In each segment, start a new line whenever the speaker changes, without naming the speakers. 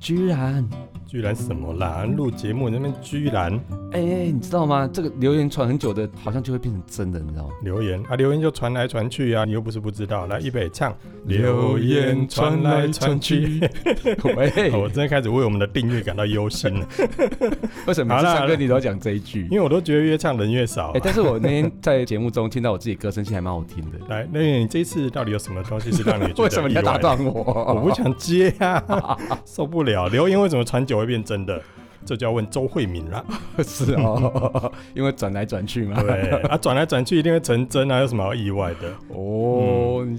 居然，
居然什么啦？录节目你那边居然
哎、你知道吗？这个留言传很久的，好像就会变成真的，你知道吗？
留言啊，留言就传来传去啊，你又不是不知道。来，预备唱，
留言传来传去。 喂
哦我真的开始为我们的订阅感到忧心了，
为什么每次唱歌你都要讲这一句？
因为我都觉得越唱人越少、啊
哎、但是我那天在节目中听到我自己歌声，其实还蛮好听 的。
来，那你这一次到底有什么东西是让你觉得
为什么你要
意外
打
的？
断哦
我
我？
不想接啊，受不了！留言为什么传久会变真的？这就要问周慧敏啦。
是哦， 因为转来转去嘛。
对啊，转来转去一定会成真啊，有什么好意外的？
哦，你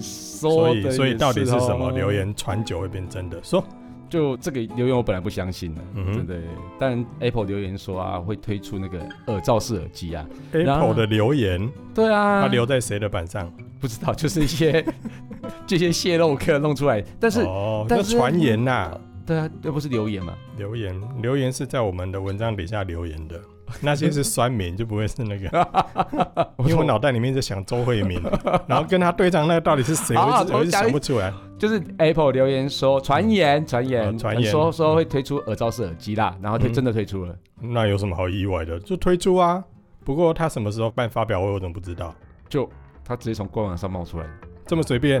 说
嗯
的
所以，所以
也
到底是
哦
什么留？言传久会变真的？说，
就这个留言我本来不相信的，
嗯哼
真的。但 Apple 留言说啊，会推出那个耳罩式耳机啊。然后
Apple 的留言，
对啊，
它留在谁的版上？
不知道， 就是一些这些泄露客弄出来，但是、
哦，
但
这
是
传言呐，
对啊，这不是留言嘛？
留言留言是在我们的文章底下留言 的，那些是酸民，就不会是那
啊
个。因为我脑袋里面在想周 慧敏，然后跟他对仗，那个到底是谁，
好
我
啊好
一直我一
重
直
讲
想不出来。
就是 Apple 留言说传言传言
哦传言
说说会
嗯
推出耳罩式耳机啦，然后推、
嗯
真的推出了，
那有什么好意外的？就推出啊。不过他什么时候办发表会，我怎么不知道？
就它直接从官网上冒出来。
这么随便。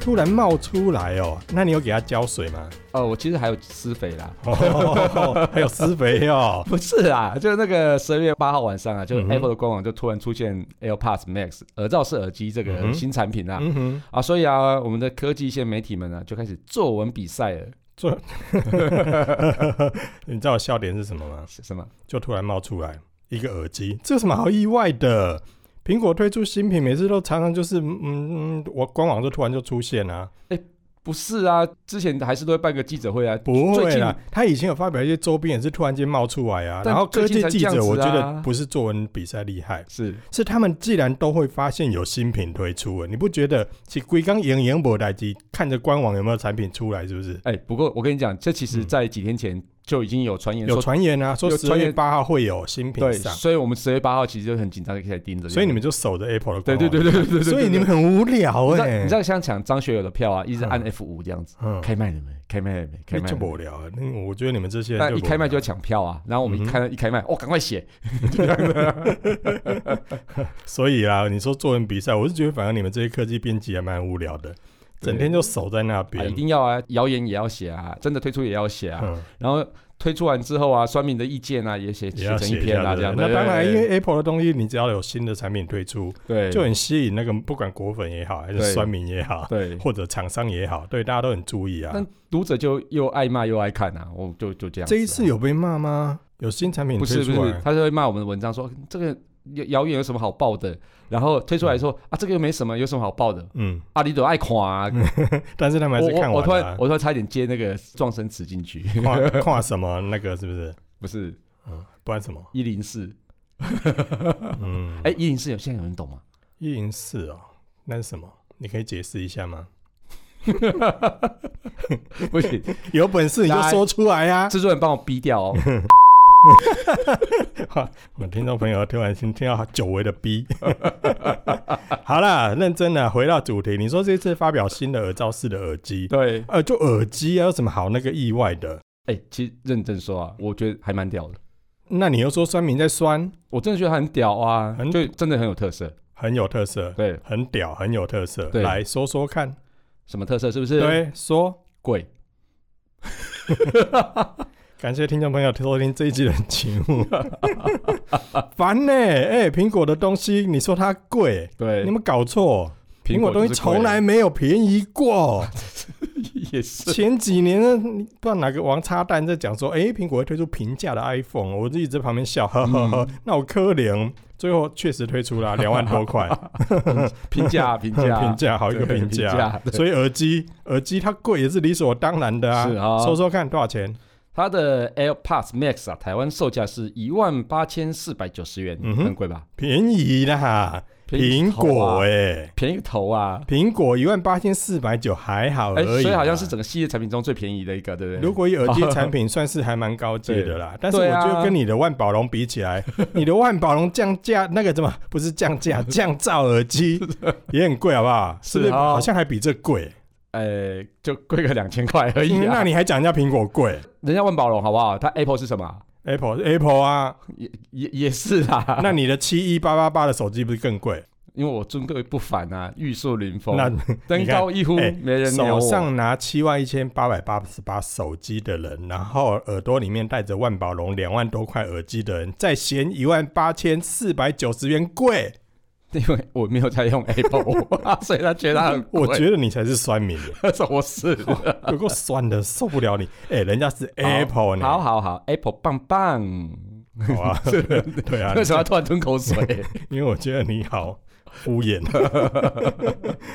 突然冒出来哦，那你有给它浇水吗？
哦，我其实还有施肥啦，
哦，还有施肥哦，
不是啦，就是那个十二月八号晚上啊，就是
嗯哼
Apple 的官网就突然出现 AirPods Max 耳罩式耳机这
嗯
个
哼
新产品啊。
嗯哼，
啊，所以啊，我们的科技线媒体们呢、啊就开始作文比赛了，
这， 你知道我笑点是什么吗？
是什么？
就突然冒出来一个耳机，这有什么好意外的？苹果推出新品，每次都常常就是，嗯，嗯我官网就突然就出现啊，
不是啊，之前还是都会办个记者会啊，
不
最
会
近
啦，他以前有发表一些周边，也是突然间冒出来啊。
但
然后科技
最
记
近才这
者，
样子啊
我觉得不是作文比赛厉害，
是
是他们既然都会发现有新品推出了，你不觉得？其实龟刚赢赢博代机，看着官网有没有产品出来，是不是？
哎、不过我跟你讲，这其实在几天前就已经有传言
嗯有
说，
传言啊，说
有
十
传言
月八号会有新品
对，
上，
所以我们十月八号其实就很紧张，就开始盯着。
所以你们就守着 Apple 的
对
官
对
网
对对对对对，对
所以你们。很无聊
你知道
哎、
你知道像抢张学友的票啊，一直按
嗯
F 五这样子，
嗯，
开卖了没？开卖了没？开
那
卖
就
了没。
无聊啊。那我觉得你们这些
那
人
一开卖就要
无
抢票啊，然后我们
嗯
一
哼
开、一开卖，哦，赶快写，
聊，所以啊，你说作文比赛，我是觉得反而你们这些科技编辑还蛮无聊的，
对
整天就守在那
啊，
边。
一定要啊，谣言也要写啊，真的推出也要写啊，
嗯，
然后推出完之后啊，酸民的意见啊也写
也
写
要
成
写
一
一
篇
下
啊，
对
这样
那
对
当然，
对
因为 Apple 的东西，你只要有新的产品推出，
对
就很吸引那个不管果粉也好，还是
对
酸民也好，
对，
或者厂商也好，对大家都很注意啊
但。读者就又爱骂又爱看啊，我就就这样子啊、
这一次有被骂吗？有新产品
不是
推
不
出
是
来，，
他就会骂我们的文章说这个谣谣言有什么好报的，然后推出来说、啊这个又没什么，有什么好报的？
嗯，
啊，你都爱看啊！
但是他嗯们还
我
是看
我我
完
突
了
然
啊。
我突然差点接那个撞生词进去，
跨跨什么那个是不是？
不是
嗯，不然 什么？
一零四，
嗯，
哎一零四有现在有人懂吗？
一零四哦，那是什么？你可以解释一下吗？
不行，
有本事你就
来
说出来啊呀、
制作人帮我逼掉 哦。
我们听众朋友听完听听到久违的逼， 好啦，认真的回到主题，你说这次发表新的耳罩式的耳机，
对，
呃，就耳机啊，有什么好那个意外的？
哎、其实认真说啊，我觉得还蛮屌的，
那你又说酸民在酸，
我真的觉得他很屌啊
很，
就真的很有特色。
很有特色，
对，
很屌，很有特色，
对
来说说看，
什么特色？是不是？，
对，说。
贵。
感谢听众朋友收听这一集的节目， 烦呢、哎、苹果的东西，你说它贵，
对，
你们搞错，苹果东西
就是贵
从来没有便宜过。
也 是
前几年呢，你不知道哪个王插蛋
嗯
在讲说，哎、苹果会推出平价的 iPhone，我就一直在旁边笑，呵呵呵，那我可怜。最后确实推出 了两万多块，
评价 评价
评价好一个
对
评价。，
对
所以耳机耳机它贵也是理所当然的啊。
是啊
说说看多少钱？
它的 AirPods Max 啊，台湾售价是一万八千四百九十元，
嗯哼
很贵吧？
便宜啦，
宜
苹
个头
果
啊
哎、
便宜个头啊！
苹果一万八千四百九还好而
哎，
已、啊
所以好像是。整个系列产品中最便宜的一个，对不对？
如果以耳机产品，算是还蛮高阶的啦。但是我
对啊
觉得跟你的万宝龙比起 来，你的万宝龙降价那个怎么不是降价降噪耳 机也很贵，好不好？
是
是不是
啊
好像还比这贵？
呃，就贵个两千块而已
嗯 那
啊！
你还讲人家苹果贵
人家万宝龙好不好？它 Apple 是什么？
？Apple Apple 啊，
也也也是啦。
那你的七一八八八的手机不是更贵？
因为我尊贵不凡啊，玉树临风，
那
登高一呼，
哎
没人鸟
手
我。
上拿七万一千八百八十八手机的人，然后耳朵里面戴着万宝龙两万多块耳机的人，再嫌一万八千四百九十元贵，
因为我没有在用 Apple，所以 他觉得他很贵。
我觉得你才是酸民，
什么事？
有够酸的，受不了你。哎、人家是 Apple 呢，
好好好，Apple 棒棒。
好 啊，对啊，
为什么要突然吞口 水？
因为我觉得你好 敷衍。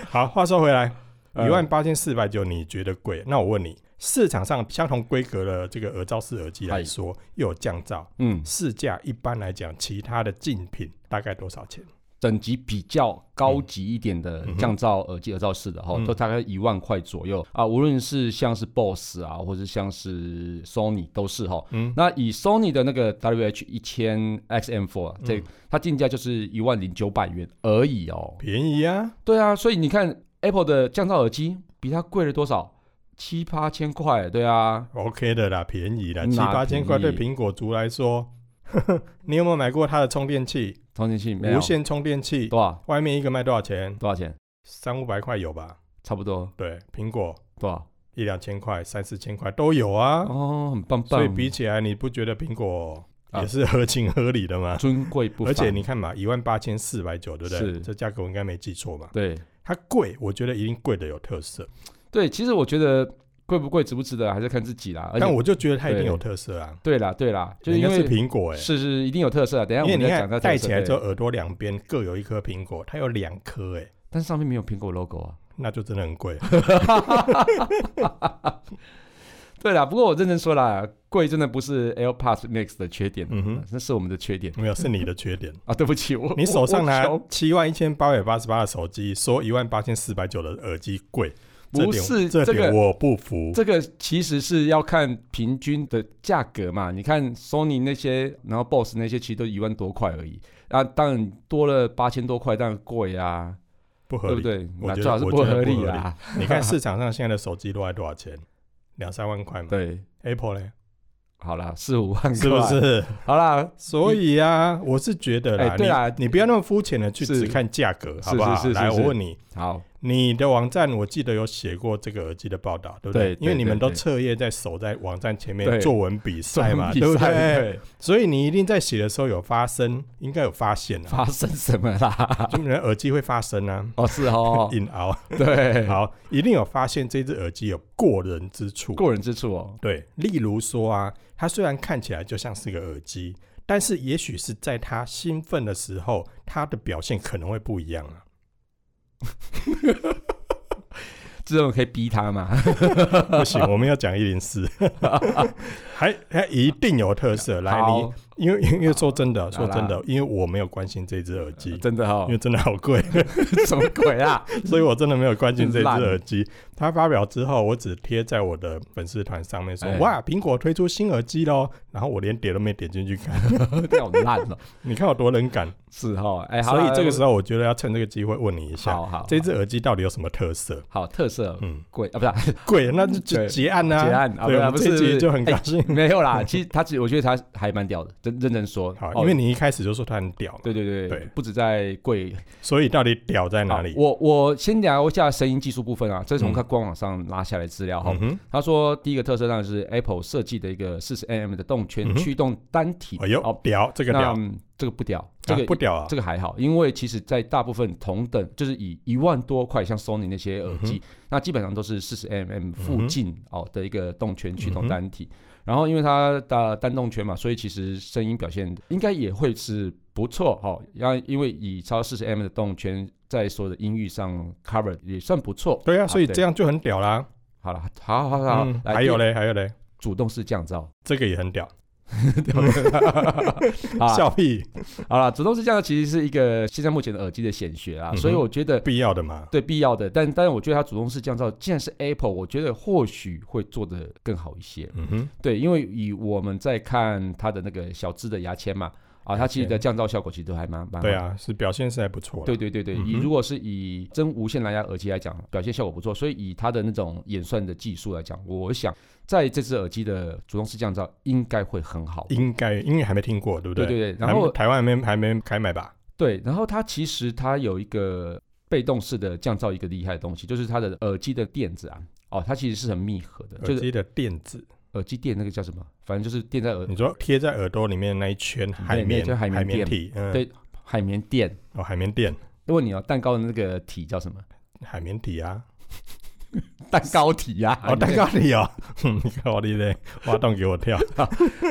好，话说回来，
嗯
一万八千四百九你觉得贵？那我问你，市场上相同规格的这个耳罩式耳机来
哎
说，又有降噪。
嗯，
市价一般来讲，其他的竞品大概多少钱？
等级比较高级一点的
嗯
降噪耳机、耳罩式的哈
嗯，
都大概一万块左右啊。无论是像是 BOSS 啊，或者像是 Sony 都是哈。
嗯
那以 Sony 的那个 WH 一千 XM4，这啊
嗯
它定价就是一万零九百元而已哦。
便宜啊，
对啊，所以你看 Apple 的降噪耳机比它贵了多少？七八千块，对啊，
，OK 的啦，便宜啦，
哪
七八千块对
便宜
苹果族来说， 你有没有买过它的充电器？
充电器没有
无线充电器，
多少
外面一个卖多少钱？
多少钱？
三五百块有吧？
差不多
对，苹果
多少？
一两千块、三四千块都有啊。
哦，很棒棒。
所以比起来，你不觉得苹果
啊
也是合情合理的吗？
尊贵啊不凡，
而且你看嘛，一万八千四百九，对不对？
是
这价格我应该没记错吧？
对
它贵，我觉得一定贵的有特色。
对，其实我觉得贵不贵、值不值得，还是看自己啦。而且
但我就觉得它一定
对
有特色啊，
对啦对啦，就是因
人家
为
是苹果哎、
是是一定有特色啊。等一下
因
我
为
们
你
再讲
看
到
戴起来之
就，
后，耳朵两边各有一颗苹果，它有两颗哎，
但是上面没有苹果 logo 啊。
那就真的很贵。
对啦，不过我认真说啦，贵真的不是 AirPods Max 的缺点，
嗯哼，
那是我们的缺点
没有是你的缺点。
啊。对不起，我
你手上拿
我我
七万一千八百八十八的手机，说一万八千四百九的耳机贵，这
不
点
是
这
这
点
个
我不服。
这个其实是要看平均的价格嘛。你看 Sony 那些，然后 Boss 那些，其实都一万多块而已。那、当然多了八千多块，当然贵啊，
不合
对不
理。
对？
我
那
觉
最
得
好是
我
不
觉得
合
不合
理啊
理
啦。
你看市场上现在的手机都在多少钱？两三万块嘛。
对，
Apple 呢？
好啦，四五万块，
是不？ 是？
好啦，
所以啊，我是觉得啦，
哎对啦
你你不要那么肤浅的去
是
只看价格，
是
好不好？
是是是
来，
是
我问你，
好，
你的网站我记得有写过这个耳机的报道，对不对？
对对
因为你们
对
都彻夜在守在网站前面
对
作文比赛嘛，
比
对不
赛
对？
对
所以你一定在写的时候有发声，应该有发现啊，
发生什么啦？
就你的耳机会发声啊，，
哦，是哦
硬熬。
对，
好，一定有发现这只耳机有过人之处。
过人之处哦，
对，例如说啊，它虽然看起来就像是个耳机，但是也许是在它兴奋的时候，它的表现可能会不一样 啊。
这种可以逼他嘛？
不行，我们要讲一零四， 还还一定有特色。来，你
好，
因为因为说真的，
啦
说真的，因为我没有关心这只耳机，
真的哦
因为，真的好贵，
什么鬼啊？
所以我真的没有关心这只
烂
耳机。它发表之后，我只贴在我的粉丝团上面说：“
哎
哇，苹果推出新耳机喽！”然后我连点都没点进去看，
掉烂了，
你看我多冷感。
是哦，哎，好
所
啦
以这个时候，我觉得要趁这个机会问你一下，
好好，
这只耳机到底有什么特色？
好特色
嗯，
贵啊，不是 啊
贵，那就就
对
结案啦。
结案啊
对，
不是
我
啊
们这一
不是
集就很高兴。
没有 啦，其实他只我觉得他还蛮屌的，真认真说。
好，
哦
因为你一开始就说它很屌嘛，
对对对
对
不止在贵
所以到底屌在哪里
好？我我先聊一下声音技术部分啊，这是从
嗯
他官网上拉下来资料哈。
嗯哼，
他说第一个特色当然是 Apple 设计的一个四十 nm 的动
嗯
圈
哼
驱动单体。
哎呦
哦，
屌，这个
那
屌，
嗯这个不屌，这
啊
个
不屌啊
这？个还好，因为其实，在大部分同等就是以一万多块，像 Sony 那些耳机，
嗯
那基本上都是四十 mm
嗯
附
哼
近、哦的一个动圈驱
嗯哼
动单体。然后因为它的单动圈嘛，所以其实声音表现应该也会是不错哈。然、后因为以超四十 M 的动圈在所有的音域上 cover 也算不错。
对啊，所以
对
这样就很屌啦。
好了，好好好好，
嗯，
来
还有
第
嘞，还有嘞，
主动式降 噪。
这个也很屌，
啊
笑屁，
好了，主动式降噪其实是一个现在目前的耳机的显学啊，
嗯哼
所以我觉得
必要的嘛。
对必要的，但但是我觉得它主动式降噪，既然是 Apple，我觉得或许会做得更好一些。
嗯哼，
对，因为以我们在看它的那个小只的牙签嘛，啊，它其实的降噪效果其实都还蛮蛮好
对啊，是表现是还不错啦。
对对对对，以
嗯哼
如果是以真无线蓝牙耳机来讲，表现效果不错，所以以它的那种演算的技术来讲，我想在这只耳机的主动式降噪应该会很好。
应该因为还没听过，对不
对
对？
对对，然
还没
后
台湾还没还没开卖吧？
对，然后它其实它有一个被动式的降噪一个厉害的东西，就是它的耳机的垫子啊，哦，它其实是很密合的，就
耳
是
机的垫子，
耳机垫那个叫什么，反正就是垫在耳
你说贴在耳朵里面那一圈
呃
海
那一
绵
圈海绵
绵
垫
体，嗯，
对海绵垫。
哦，海绵垫，
如果你要蛋糕的那个体叫什么？
海绵体啊，
蛋糕体呀、
哦，蛋糕体哦， 哼你看我的嘞，挖洞给我跳。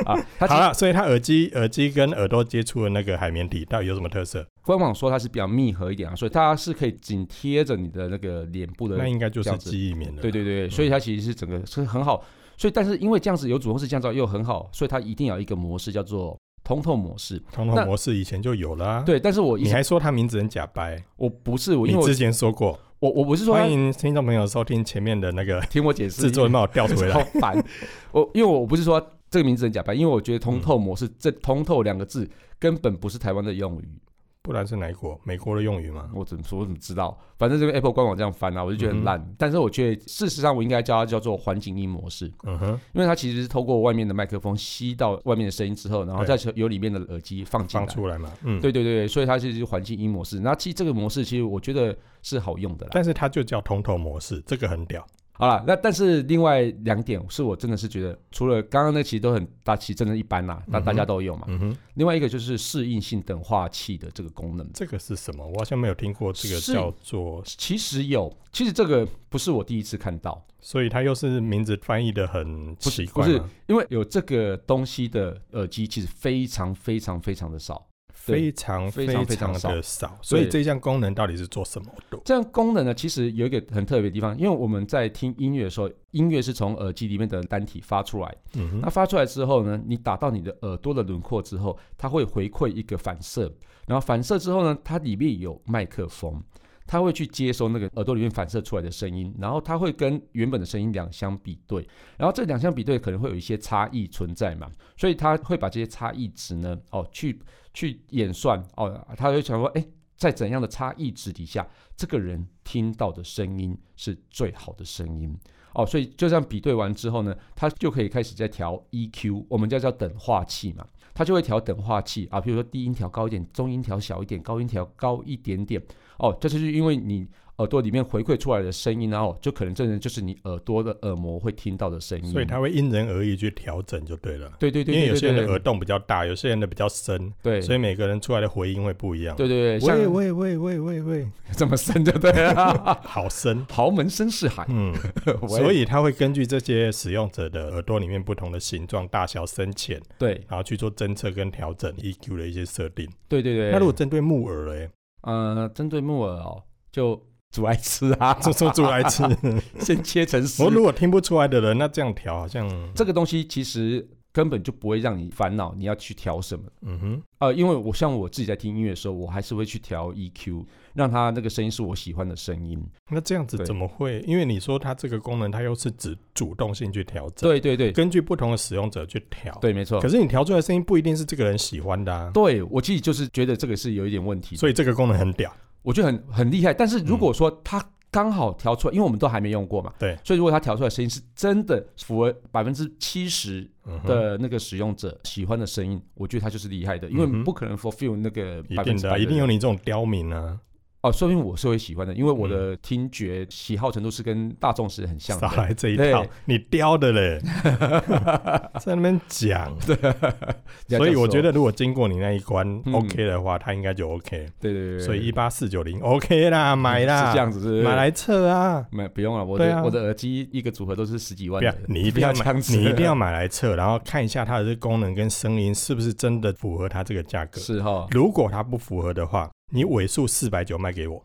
啊， 它其
好
实
了，所以它耳机耳机跟耳朵接触的那个海绵体到底有什么特色？
官网说它是比较密合一点啊，所以它是可以紧贴着你的那个脸部的
那，应该就
这
是
样子
记忆棉了。
对对对，所以它其实是整个是很好，所以但是因为这样子有主动式降噪又很好，所以它一定要有一个模式叫做通透模式。
通
那
通模式以前就有啦。，
对，但是我一
啊你
直
还说它名字很假掰，
我不是我，
你
因为
之前说过。
我我我不是说它
欢迎听众朋友收听前面的那个
听我解释，
制作人帮我 调回
好
来。
烦。我因为我不是说这个名字很假白，因为我觉得通透模式、这通透两个字根本不是台湾的用语，
不然是哪一国？美国的用语吗？
我怎么说我怎么知道？反正这个 Apple 官网这样翻啊，我就觉得
嗯
很烂。但是我觉得事实上我应该叫它叫做环境音模式，
嗯哼，
因为它其实是透过外面的麦克风吸到外面的声音之后，然后再
对
由里面的耳机放进
放
来。
出来嘛。嗯，。
对对对，所以它其实是环境音模式。那其实这个模式其实我觉得是好用的啦。
但是它就叫通透模式，这个很屌。
好了，那但是另外两点是我真的是觉得，除了刚刚那其实都很大，其实真的一般啦，那
嗯哼
大家都有嘛。
嗯哼，
另外一个就是适应性等化器的这个功能，
这个是什么？我好像没有听过这个
是
叫做，
其实有，其实这个不是我第一次看到，
所以它又是名字翻译的很
不是
奇怪
不是
吗，
因为有这个东西的耳机其实非常非常非常的少。对
非常
非
非
常非常
常
少
的少。所以
对
这项功能到底是做什么的？
这样功能呢，其实有一个很特别的地方，因为我们在听音乐的时候，音乐是从耳机里面的单体发出来，
嗯
那
哼，
发出来之后呢，你打到你的耳朵的轮廓之后，它会回馈一个反射，然后反射之后呢，它里面有麦克风，它会去接收那个耳朵里面反射出来的声音，然后它会跟原本的声音两相比对，然后这两相比对可能会有一些差异存在嘛，所以它会把这些差异值呢，哦，去去演算，哦，它会想说，哎。在怎样的差异值底下，这个人听到的声音是最好的声音。哦，所以就这样比对完之后呢，它就可以开始在调 EQ，我们叫叫等化器嘛，它就会调等化器啊，比如说低音调高一点，中音调小一点，高音调高一点点。哦，这就是因为你耳朵里面回馈出来的声音啊，哦，就可能真的就是你耳朵的耳膜会听到的声音。
所以它会因人而异去调整就对了。
对对对
因为
对
有
对
些
对
人的
对
耳洞比较大，有些人的比较深，
对
所以每个人出来的回音会不一样。
对对对，
喂
像
喂喂喂喂喂，
这么深就对了，
好深。
豪门深似海。
嗯，
喂
所以它会根据这些使用者的耳朵里面不同的形状、大小、深浅，
对
然后去做侦测跟调整 EQ 的一些设定。
对对对，
那如果针对木耳嘞，
呃，针对木耳哦，就煮来吃啊，
这说出来 吃，
先切成丝
我如果听不出来的人，那这样调好像，
这个东西其实根本就不会让你烦恼，你要去调什么。
嗯哼，
呃，因为我像我自己在听音乐的时候，我还是会去调 EQ，让它那个声音是我喜欢的声音。
那这样子
对
怎么会？因为你说它这个功能，它又是指主动性去调整，
对对对
根据不同的使用者去调。
对，没错
可。是你调出来的声音不一定是这个人喜欢的啊，
对我自己就是觉得这个是有一点问题的，
所以这个功能很屌。
我觉得很很厉害。但是如果说它刚好调出来，因为我们都还没用过嘛，
对
所以如果它调出来的声音是真的符合百分之七十
嗯哼，
的那个使用者喜欢的声音，我觉得它就是厉害的，因为
嗯哼
不可能 fulfill 那个
一
百分
定
之
的啊，
百
一定
人
有你这种刁民啊。
哦，说明我是会喜欢的，因为我的
嗯
听觉喜好程度是跟大众是很像
少
的。
来这一套
对，
你刁的嘞， 在那边讲。
人家
所
这
以
样
我觉
说，
得，如果经过你那一关
嗯
OK 的话，他应该就 OK。
对对对对，
所以一八四九零 OK 啦，买啦，
是这样子，是不是
买来测啊。
没不用了，我
对
的、
啊
我的耳机一个组合都是十几万
不要
的，，
你一
不
定要
这
买，
样子，
你一定要买来测，然后看一下它的这功能跟声音是不是真的符合它这个价格。
是哈，
如果它不符合的话，你尾数四百九卖给我。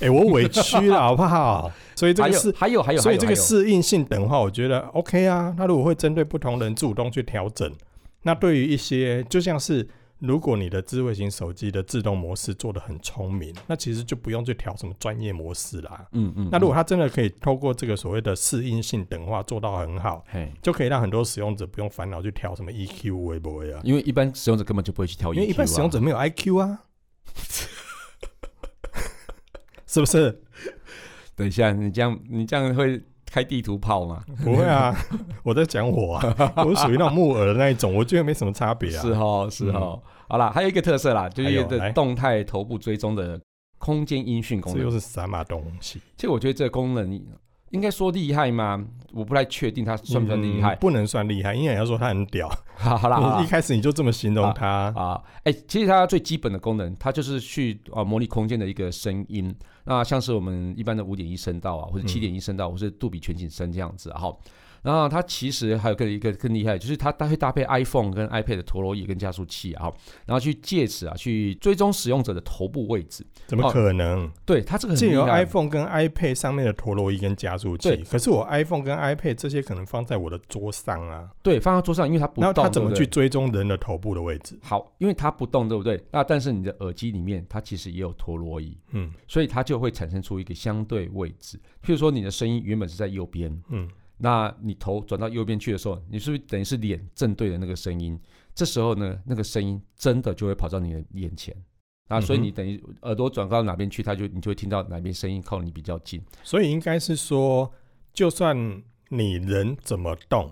哎，我委屈了，好不好？所以这
还
个
有
是，
还有还有，
所
还
以
有
这
还
个
有
适应性等的话，我觉得 OK 啊。它如果会针对不同人主动去调整，那对于一些就像是。如果你的智慧型手机的自动模式做得很聪明，那其实就不用去调什么专业模式啦。
嗯嗯，
那如
嗯
果它真的可以透过这个所谓的适应性等化做到很好，
嘿，
就可以让很多使用者不用烦恼去调什么 EQ 微博呀，
因为一般使用者根本就不会去挑 EQ，、啊、
因为一般使用者没有 IQ 啊， 是不是？
等一下，你这样你这样会开地图炮吗？
不会啊，我在讲我 啊，我是属于那种木耳的那一种，我觉得没什么差别啊。
是哈是哈、好啦，还有一个特色啦，就是
还有
一个
来
动态头部追踪的空间音讯功
这又
能。
是什么东西？
其实我觉得这个功能应该说厉害吗？我不太确定它算不算厉害
嗯。不能算厉害，因为你要说他很屌，
好好啦，好啦
你一开始你就这么形容他，
啊，哎、其实它最基本的功能，它就是去啊模拟空间的一个声音。那像是我们一般的五点一声道啊，或者七点一声道，或是杜比全景声这样子啊哈、然后它其实还有更一个更厉害，就是它它会搭配 iPhone 跟 iPad 的陀螺仪跟加速器啊哈，然后去借此啊去追踪使用者的头部位置。
怎么可能？
对，它这哦个很
借
厉
由
害。
iPhone 跟 iPad 上面的陀螺仪跟加速器
对，
可是我 iPhone 跟 iPad 这些可能放在我的桌上啊，
对，放到桌上，因为它不
那
动，
它怎么
对不
去
对
追踪人的头部的位置？
好，因为它不动，对不对？那但是你的耳机里面，它其实也有陀螺仪，
嗯
所以它就会产生出一个相对位置。譬如说，你的声音原本是在右边，
嗯，
那你头转到右边去的时候，你是不是等于是脸正对着那个声音？这时候呢，那个声音真的就会跑到你的眼前。啊，
嗯哼
所以你等于耳朵转到哪边去，它就你就会听到哪边声音靠你比较近。
所以应该是说，就算你人怎么动，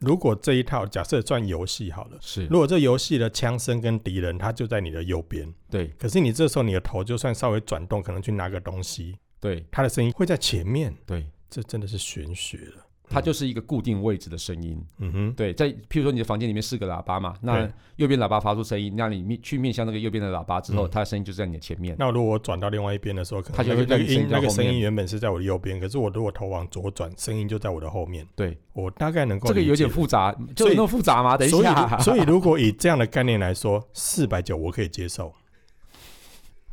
如果这一套假设算游戏好了，
是
如果这游戏的枪声跟敌人他就在你的右边，
对
可是你这时候你的头就算稍微转动，可能去拿个东西，
对
它的声音会在前面，
对，
这真的是玄学了。
它就是一个固定位置的声音。
嗯哼，
对，在譬如说你的房间里面四个喇叭嘛，那
对
右边喇叭发出声音，那你面去面向那个右边的喇叭之后，
嗯
它的声音就在你的前面。
那如果我转到另外一边的时候，可能
它就
那个
会在
那
你
个音
声音
那个
后
声
面
音原本是在我的右边，可是我如果头往左转，声音就在我的后面。
对，
我大概能够
这个有
理解
点复杂，就
所以
有那么复杂吗？等一下，
所以，所以如果以这样的概念来说，四百九我可以接受。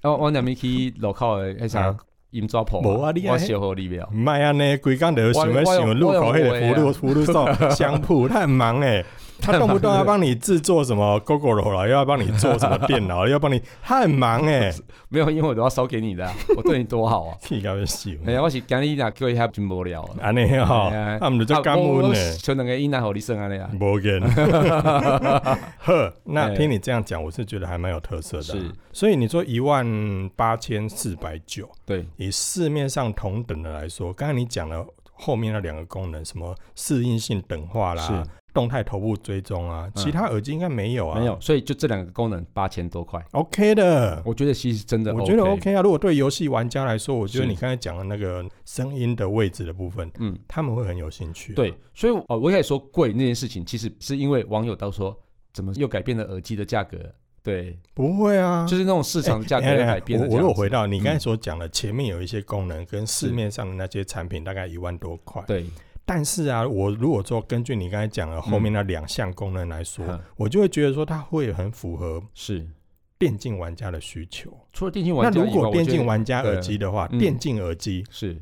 我哦我两边去楼口的那啥
啊
银抓棚，
没啊你啊
我写好里面哦。
卖啊呢，规刚得想要想路口那个葫芦葫芦 送香铺，他很忙哎、他动不动要帮你制作什么 GoGo 了，又要帮你做什么电脑，又要帮你，他很忙 哎、欸，
没有，因为我都要烧给你的啊，我对你多好 啊！
你搞笑。
哎呀，我是今日俩叫一下真无聊啊。
安尼吼
哎，呀
他们就感
啊我
恩欸
我
呢，
求两个音来好你生安尼啊。
无见。 呵，那听你这样讲，我是觉得还蛮有特色的啊、
哎是
所以你说一万八千四百九，
对
以市面上同等的来说，刚才你讲了后面那两个功能，什么适应性等化啦
是，嗯
动态头部追踪啊，其他耳机应该没有啊，
没有，所以就这两个功能八千多块，
，OK 的。
我觉得其实真的，
我觉得 OK 啊，如果对游戏玩家来说，我觉得
是
你刚才讲的那个声音的位置的部分，
嗯，
他们会很有兴趣、啊
对，，所以哦，我一开始说贵那件事情，其实是因为网友都说怎么又改变了耳机的价格，对，
不会啊，
就是那种市场的价格
哎
又
哎哎
改变了
我
这
我
样
又
子
回到你刚才
嗯
所讲的，前面有一些功能跟市
是
面上的那些产品大概一万多块，
对，
但是啊，我如果说根据你刚才讲的后面那两项功能来说，
嗯
我就会觉得说它会很符合
是。
电竞玩家的需求。
除了电竞
那
玩家以
如
外，
果
我
电
觉
竞
得
玩家耳机的话，
嗯
电竞耳机
是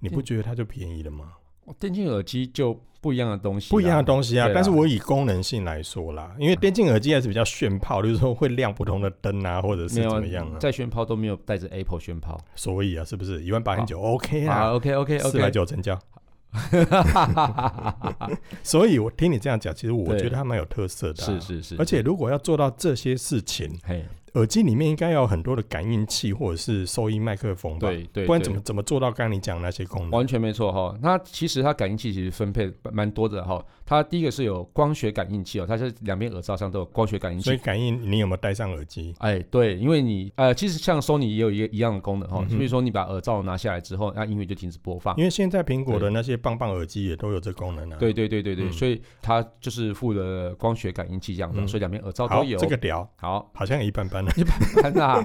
你不觉得它就便宜了吗？
哦电竞耳机就不一样的东西啦，
不一样的东西啊
对，啦
但是我以功能性来说啦，因为电竞耳机还是比较炫炮，就是说会亮不同的灯啊，或者是
没有
怎么样啊。
在炫炮都没有带着 Apple 炫炮。
所以啊，是不是一万八千九 OK
啊
啦？
，OK OK
四百
OK，
九 成交。所以我听你这样讲，其实我
对
觉得它蛮有特色的啊、
是是是，
而且如果要做到这些事情，
嘿，
耳机里面应该要有很多的感应器或者是收音麦克风吧？
对对，
不然
对
怎么怎么做到刚刚你讲的那些功能？
完全没错哈、那其实它感应器其实分配蛮多的哈、它第一个是有光学感应器哦，它是两边耳罩上都有光学感应
所以
器。
感应你有没有戴上耳机？
哎，对，因为你呃，其实像 Sony 也有一个一样的功能哈、
嗯哼
所以说你把耳罩拿下来之后，那音乐就停止播放。
因为现在苹果的那些棒棒耳机也都有这功能啊。，
啊对对对对对，
嗯
所以它就是附了光学感应器这样的，
嗯
所以两边耳罩
好，
都有。
这个屌
好，
好像一般般的。
看啊，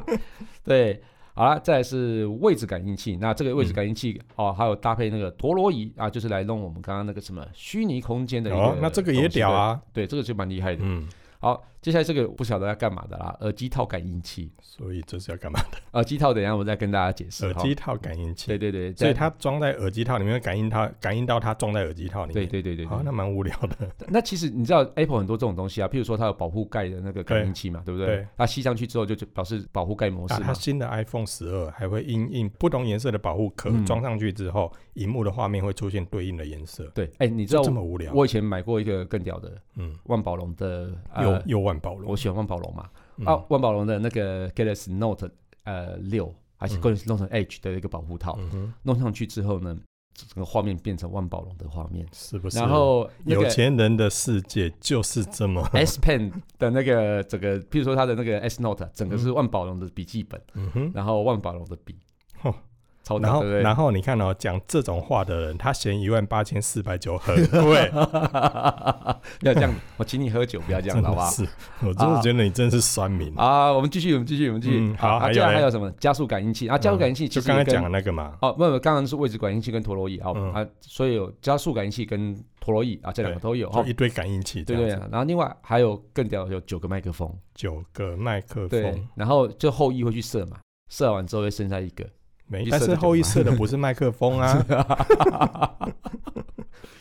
对，好了，再来是位置感应器。那这个位置感应器、
嗯
哦，还有搭配那个陀螺仪啊，就是来弄我们刚刚那个什么虚拟空间的一个东
哦
西。，
那这个也屌啊。
对，对，这个就蛮厉害的。
嗯，
好，接下来这个不晓得要干嘛的啦，耳机套感应器。
所以这是要干嘛？
耳机套等一下我再跟大家解释。
耳
哈
机套感应
对
器。
对对，
所以
在
它装在耳机套里面，感应它感应到它装在耳机套里
对
面。
对对对
好，
对。
那蛮无聊的。
那其实你知道 Apple 很多这种东西啊，譬如说它有保护盖的那个感应器嘛，对不对
对？
它吸上去之后就就表示保护盖模
啊，
式
它
嘛。
新的 iPhone 十二还会因应不同颜色的保护壳
嗯
装上去之后，荧幕的画面会出现对应的颜色。
对，哎，你知道
就这么无聊？
我以前买过一个更屌的
嗯，
万宝龙的，
又
呃，
又万宝龙
我喜欢万宝龙嘛，
嗯
啊，万宝龙的那个 Galaxy Note 呃六还是
嗯
Galaxy Note Edge 的一个保护套，
嗯哼，
弄上去之后呢，整个画面变成万宝龙的画面。
是不是？
然后那
有
个
钱人的世界就是这么，
S Pen 的那个整个，譬如说它的那个 S Note，整个是
嗯
万宝龙的笔记本，
嗯哼。
然后万宝龙的笔
哦，
超
然
屌，
后，
对不对？
然后你看哦，讲这种话的人，他嫌一万八千四百九很贵，
不 要这样，我请你喝酒，不要这样
真
了，好不
的
好？
是，我真的觉得你真是酸民。
啊，我们继续，我们继续，我们继续。
嗯好
啊
还有
接下来
嘞嗯
还有什么加速感应器啊？加速感应器其
就
实
刚才
也跟
讲的那个嘛，
哦，没有，没有刚刚是位置感应器跟陀螺仪哦、
嗯
啊，所以有加速感应器跟陀螺仪啊，这两个
对
都有
就
哦
一，堆感应器这
对对。
样子，
然后另外还有更屌的有九个麦克风，
九个麦克
对
风，，
然后就后羿会去射嘛，射完之后会剩下一个，
没，
一
但
射
是
就九
后一
嘛
射的不是麦克风啊，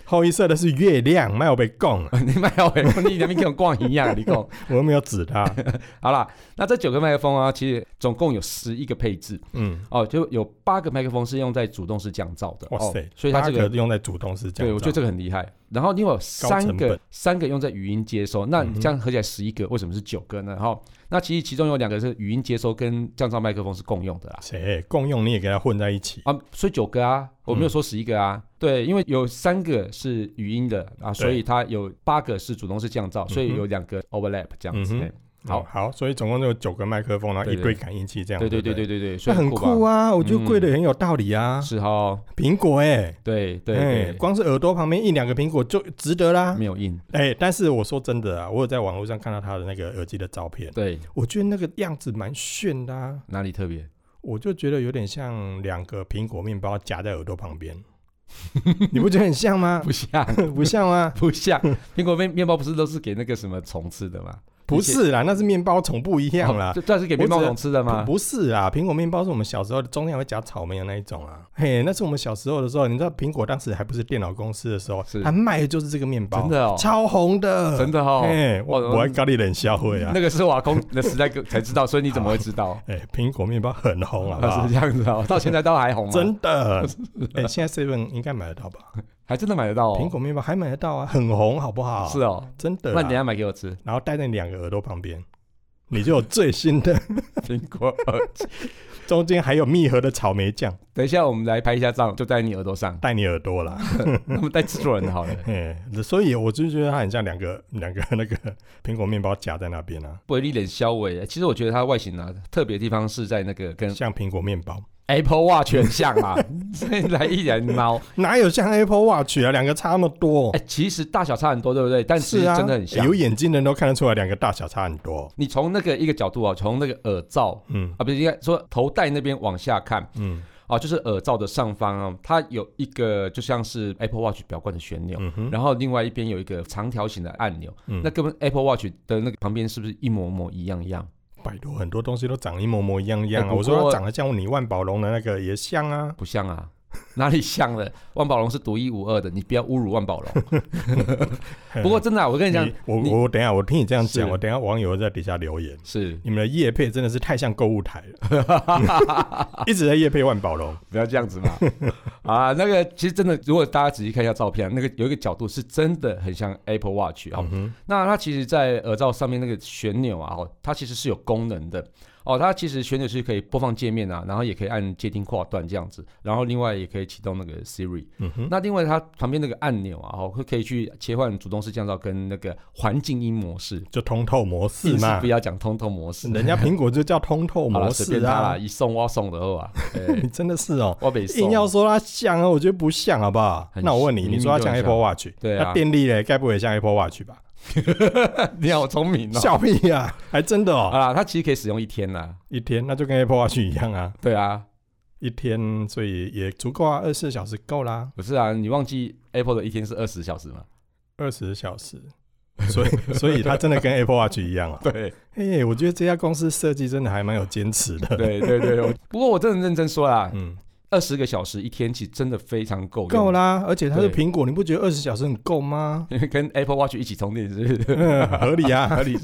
后一射的是月亮，麦有被供，啊
你麦克风，你两边跟我逛一样，你跟我
我又没有指他，
好啦，那这九个麦克风啊，其实总共有十一个配置
嗯，
哦，就有八个麦克风是用在主动式降噪的，
哇
哦
塞，
所以它
八
这个
个用在主动是这样，
对，我觉得这个很厉害。然后另外有三
成
个
本
三个用在语音接收，那
嗯
你
哼
这样合起来十一个，为什么是九个呢？哈，那其实其中有两个是语音接收跟降噪麦克风是共用的啦。
谁啊哎共用你也给它混在一起，
啊，所以九个啊，我没有说十一个
嗯
啊，对，因为有三个是语音的啊，所以它有八个是主动式降噪，所以有两个 overlap 这样子。
嗯嗯哼
哎好
嗯好，所以总共就有九个麦克风，然后一
对对
堆感应器这样，
对对
对
对
不
对，对对，所
那
以
很酷
吧？
啊，我觉得
嗯
贵的很有道理啊，
是哦，
苹果哎，
对对
哎，
对，
光是耳朵旁边一两个苹果就值得啦
没。有印，
哎，但是我说真的啊，我有在网络上看到他的那个耳机的照片，
对，
我觉得那个样子蛮炫的啊。
哪里特别？
我就觉得有点像两个苹果面包夹在耳朵 旁边，你不觉得很像吗？
不像，
不像吗？
不像，苹果面面包不是都是给那个什么虫吃的吗？
不是啦，那是面包虫不一样
哦。
啦
这这是给面包虫吃的吗
不？不是啦，苹果面包是我们小时候中间还会夹草莓的那一种啊。嘿，那是我们小时候的时候，你知道苹果当时还不是电脑公司的时候
是，
它卖的就是这个面包，
真的哦，
超哎红的，
真的哦，
嘿，我
哦
我还咖喱冷消费啊
那。个是瓦工的时代才知道，所以你怎么会知道？
哎，苹果面包很红， 好不
啊
好
是？这样子 哦，到现在都还红吗？
真的， 哎，现在 seven 应该买得到吧？
还真的买得到哦，
苹果面包还买得到啊，很红，好不好？
是哦，
真的啊
那你等一
啦，
下买给我吃，
然后戴在两个耳朵旁边， 你就有最 新的，
苹果。
中间还有密合的草莓酱，
等一下我们来拍一下照，就在你耳朵 上，
戴你耳朵啦。
那么带制作人的好了，
哎，所以我就觉得它很像两个两个那个苹果面包夹在那边啊，
不会一脸消委。其实我觉得它外形啊，特别的地方是在那个跟
像苹果面包，
Apple Watch 很像 啊，所以来一人猫。
哪有像 Apple Watch 啊？两个差那么多
哎，，其实大小差很多，对不对？但是
是啊，
真的很像
有。眼睛的人都看得出来，两个大小差很多。
你从那个一个角度啊，从那个耳罩
嗯
啊，不是应该说头戴那边往下看。
嗯
啊，就是耳罩的上方啊，它有一个就像是 Apple Watch 表冠的旋钮，
嗯哼，
然后另外一边有一个长条形的按钮，
嗯
那跟 Apple Watch 的那个旁边是不是一模模一样一样？
拜托，很多东西都长一模模一样一样
哎
啊。
不过
我说它长得像你万宝龙的那个也像啊，
不像啊，哪里像了？万宝龙是独一无二的，你不要侮辱万宝 龙。不过真的啊、我跟你讲
你，我
你
我等一下我听你这样讲，
是
我等一下网友在底下留言，
是
你们的叶配真的是太像购物台了， 一直在叶配万宝龙。
不要这样子嘛。 啊，那个其实真的，如果大家仔细看一下照片啊，那个有一个角度是真的很像 Apple Watch 啊、
嗯哼，
那它其实，在耳罩上面那个旋钮啊，哦，它其实是有功能的哦。它其实旋钮是可以播放界面啊，然后也可以按接听跨段这样子，然后另外也可以启动那个 Siri。
嗯哼，
那另外它旁边那个按钮啊，哦，会可以去切换主动式降噪跟那个环境音模式。
就通透模式
硬
嘛
不，要讲通透模式，
人家苹果就叫通透
好
模
了，随便
式
他啦，
啊，
一送我送的后 啊，哎
你真的是哦。
我北送
硬。要说它像啊，我觉得不像，好不好？
很
那我问你，
明
你
明
说它
就
像
很
Apple
像
Watch，
对
那
啊，
电力嘞，该不会也像 Apple Watch 吧？
你好聪明哦。
笑屁呀，还真的哦，
好啦，它其实可以使用一天啦。
一天那就跟 Apple Watch 一样啊，
对啊，
一天所以也足够啊，二十四小时够啦，
不是啊，你忘记 Apple 的一天是二十小时吗？
二十小时。所以， 所以它真的跟 Apple Watch 一样啊。
对，
嘿，我觉得这家公司设计真的还蛮有坚持的。
对对对， 我不过我真的认真说啦，
嗯，
二十个小时一天其实真的非常够用
够。啦，而且它是
对
苹果，你不觉得二十小时很够 吗？
因为跟 Apple Watch 一起充电是 不是？
嗯，合理 啊，合理。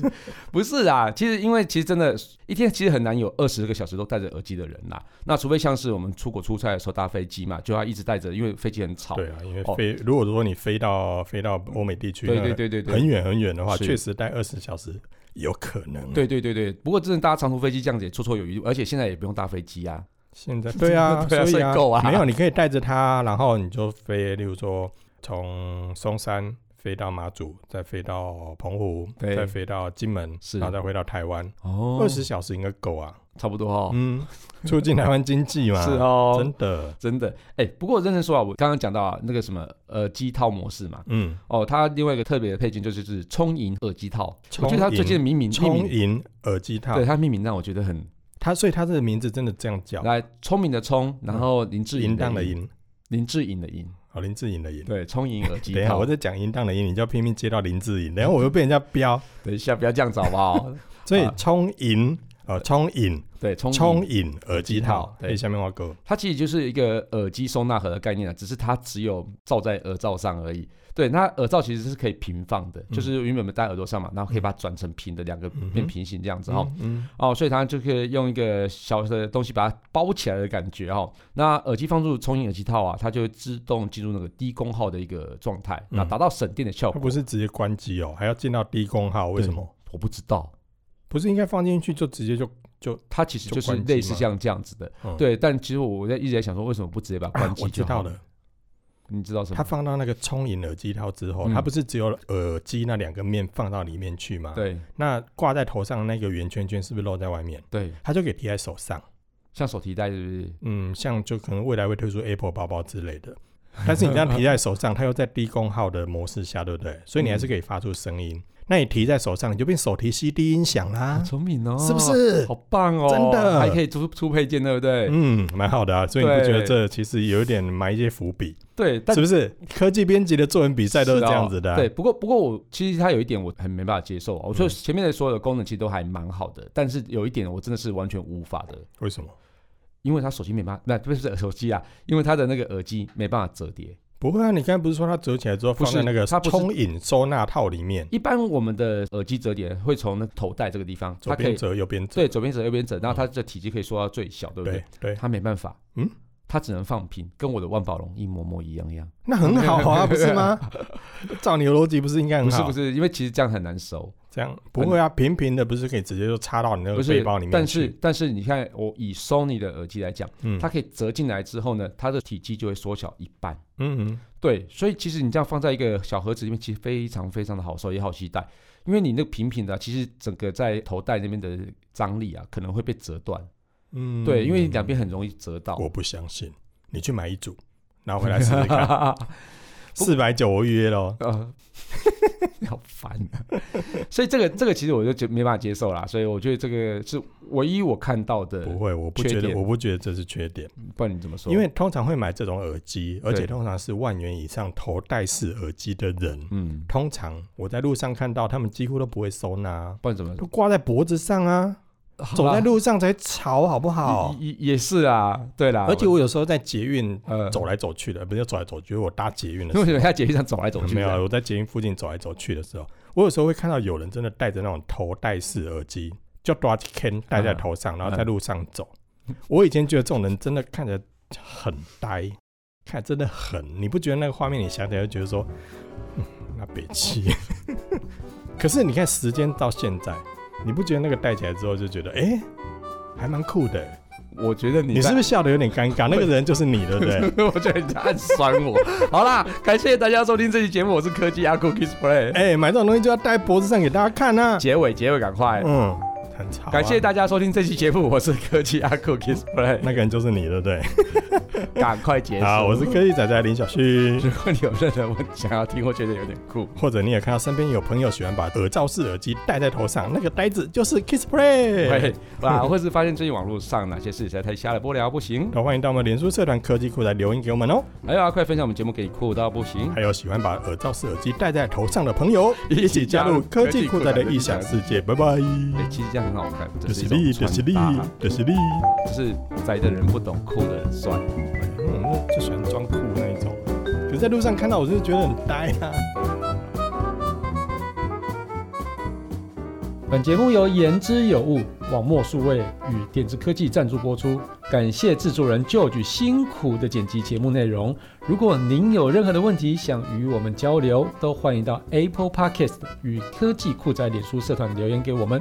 不是啊，其实因为其实真的，一天其实很难有二十个小时都戴着耳机的人啦。那除非像是我们出国出差的时候搭飞机嘛，就要一直戴着，因为飞机很吵。
对啊，因为
哦
飞，如果说你飞到飞到欧美地区，
对对对对
那
对，
很远很远的话，
是
确实待二十小时有可能。，
对对对对，不过真的搭长途飞机这样子也绰绰有余，而且现在也不用搭飞机啊。
现在对啊，
对啊
所
所
以
以够啊
没有，你可以带着它，然后你就飞，例如说从松山飞到马祖，再飞到澎湖，
对
再飞到金门，
是
然后再回到台湾，
哦
二十小时应该够啊。
差不多哦，
嗯，促进台湾经济 嘛，
是，哦，
真的，
真的。哎、不过认真说啊，我刚刚讲到啊，那个什么呃机套模式嘛，
嗯，
哦，它另外一个特别的配件就是就是充盈耳机套，我
充
觉得它最近的命名
充
命名，
盈耳机套
对，它命名让我觉得很
它所以它这个名字真的这样叫，
来聪明的聪，然后林志
嗯淫
颖
荡的
颖，
淫，
林志颖的颖，
好，林志颖的颖。
对，充盈耳机
等一下，
套。
我在讲淫荡的淫，你就要拼命接到林志颖，然后我又被人家标，
等一下不要这样子好不好？
所以
啊
充盈呃充盈
对，充
充
充，
盈耳机套
耳机套，对
哎，下面我哥，
它其实就是一个耳机收纳盒的概念啊，只是它只有罩在耳罩上而已。对，那耳罩其实是可以平放的，
嗯
就是原本我们戴耳朵上嘛，然后可以把它转成平的，两个
嗯哼
变平行这样子哦。
嗯嗯，
哦，所以它就可以用一个小的东西把它包起来的感觉哦。那耳机放入充盈耳机套啊，它就会自动进入那个低功耗的一个状态，
嗯
那达到省电的效
它
果。
不是直接关机哦，还要进到低功耗，为什么？
我不知道，
不是应该放进去就直接就
它其实
就
就是
关机
类似
吗
像这样子的，
嗯
对。但其实我在一直在想说，为什么不直接把它
啊
关机
我知
就
道
好？
了，
你知道什
它
么？
放到那个充盈耳机套之后，
嗯
它不是只有耳机那两个面放到里面去吗？，
对
那挂在头上那个圆圈圈是不是露在外面？
对，
它就给提在手上，
像手提袋是不是？
嗯，像就可能未来会推出 Apple 包包之类 的。但是你这样提在手上，它又在低功耗的模式下，对不对？所以你还是可以发出声音。
嗯
那你提在手上，你就变手提 CD 音响啦
好，聪明哦，
啊是不？是
好？棒哦，
真的
还可以出出配件，对不对？
嗯，蛮好的啊。所以你不觉得
对
这其实有一点埋一些伏笔，
对，但
是不是？科技编辑的作文比赛都是
是
这
哦
样子的啊、嗯
对，不过不过我其实它有一点我很没办法接受啊。我说前面的所有的功能其实都还蛮好的，但是有一点我真的是完全无法的，
为什么？
因为它手机没办法，那不是手机啊，因为它的那个耳机没办法折叠。
不会啊，你刚才不是说它折起来之后
不
放
是
在那个
它不是
充引收纳套里面，
一般我们的耳机折叠会从那头戴这个地方，
左
它可
边
以
折右边折，
对左边折右边折，然后它的体积可以缩到最小，对不对？
对对，
它没办法，
嗯，
它只能放平，跟我的万宝龙一模模一样一样。
那很好啊，不是吗？ 照你的逻辑，不是应该很
不
好？
是不是，因为其实这样很难收。
这样不会啊，平平的不是可以直接就插到你那个
不
呃背
是
包里，面
但是
去
但是你看，我以 Sony 的耳机来讲，
嗯
它可以折进来之后呢，它的体积就会缩小一半。
嗯嗯，
对，所以其实你这样放在一个小盒子里面，其实非常非常的好收，也好携带，因为你那个平平的啊，其实整个在头带那边的张力啊，可能会被折断。
嗯
对，因为两边很容易折到。
我不相信，你去买一组，拿回来试试 看，
不
四百九我预约喽。
呃，你好烦、啊。所以这个这个其实我就觉没办法接受啦，所以我觉得这个是唯一我看到的，
不会，我不
缺
觉得，
点
我不觉得这是缺点，
不然你怎么说？
因为通常会买这种耳机，而且
对
通常是万元以上头戴式耳机的人，
嗯，
通常我在路上看到他们几乎都不会收纳啊，
不然怎么
都挂在脖子上啊。走在
好啦
路上才吵，好不好？
也也也是啊，对啦，
而且我有时候在捷运
呃
走来走去的，不是走来走去，我搭捷运 的
因为
时
我觉
候，
得在捷运上走来走去
啊没
的，
有，我在捷运附近走来走去的时候，我有时候会看到有人真的戴着那种头戴式耳机，叫 d o t Ken 戴在头上，
嗯
然后在路上走。我以前觉得这种人真的看着很呆，看真的很，你不觉得那个画面你想起来就觉得说，嗯，那北七。 可是你看时间到现在，你不觉得那个戴起来之后就觉得，哎、还蛮酷的、
我觉得你
你是
在
不是笑的有点尴尬？那个人就是你，对不对？
我觉得你在 暗酸我。 好啦，感谢大家收听这期节目，我是科技阿酷 Kiss Play。
哎、买这种东西就要戴脖子上给大家看啊。
结尾，结尾，赶快！
嗯，很吵、
感谢
家。
大家收听这期节目，我是科技阿酷 Kiss Play。
那个人就是你，对不对？
赶快结束。
好，我是科技仔仔林小旭。
如果你有任何问题想要听，我觉得有点酷。
或者你也看到身边有朋友喜欢把耳罩式耳机戴在头上，那个呆子就是 Kiss Play
对。，啊，或是发现最近网络上哪些事实在太瞎了，不聊不行。
那欢迎到我们脸书社团科技库来留言给我们哦。
还有啊，快分享我们节目给酷到不行。
还有喜欢把耳罩式耳机戴在头上的朋友，
一
一起加入科技库仔的异想世界。拜拜。
哎、其实这样很好看，这
就是是
一
力，
种
嗯就是
穿
力
搭，
就是力。
就是宅的人不懂，酷的人帅。
嗯，那就喜欢装酷那一种。可是在路上看到我就觉得很呆啊。
本节目由言之有物、网墨数位与点子科技赞助播出，感谢制作人 George 辛苦的剪辑节目内容。如果您有任何的问题想与我们交流，都欢迎到 Apple Podcast 与科技酷宅脸书社团留言给我们。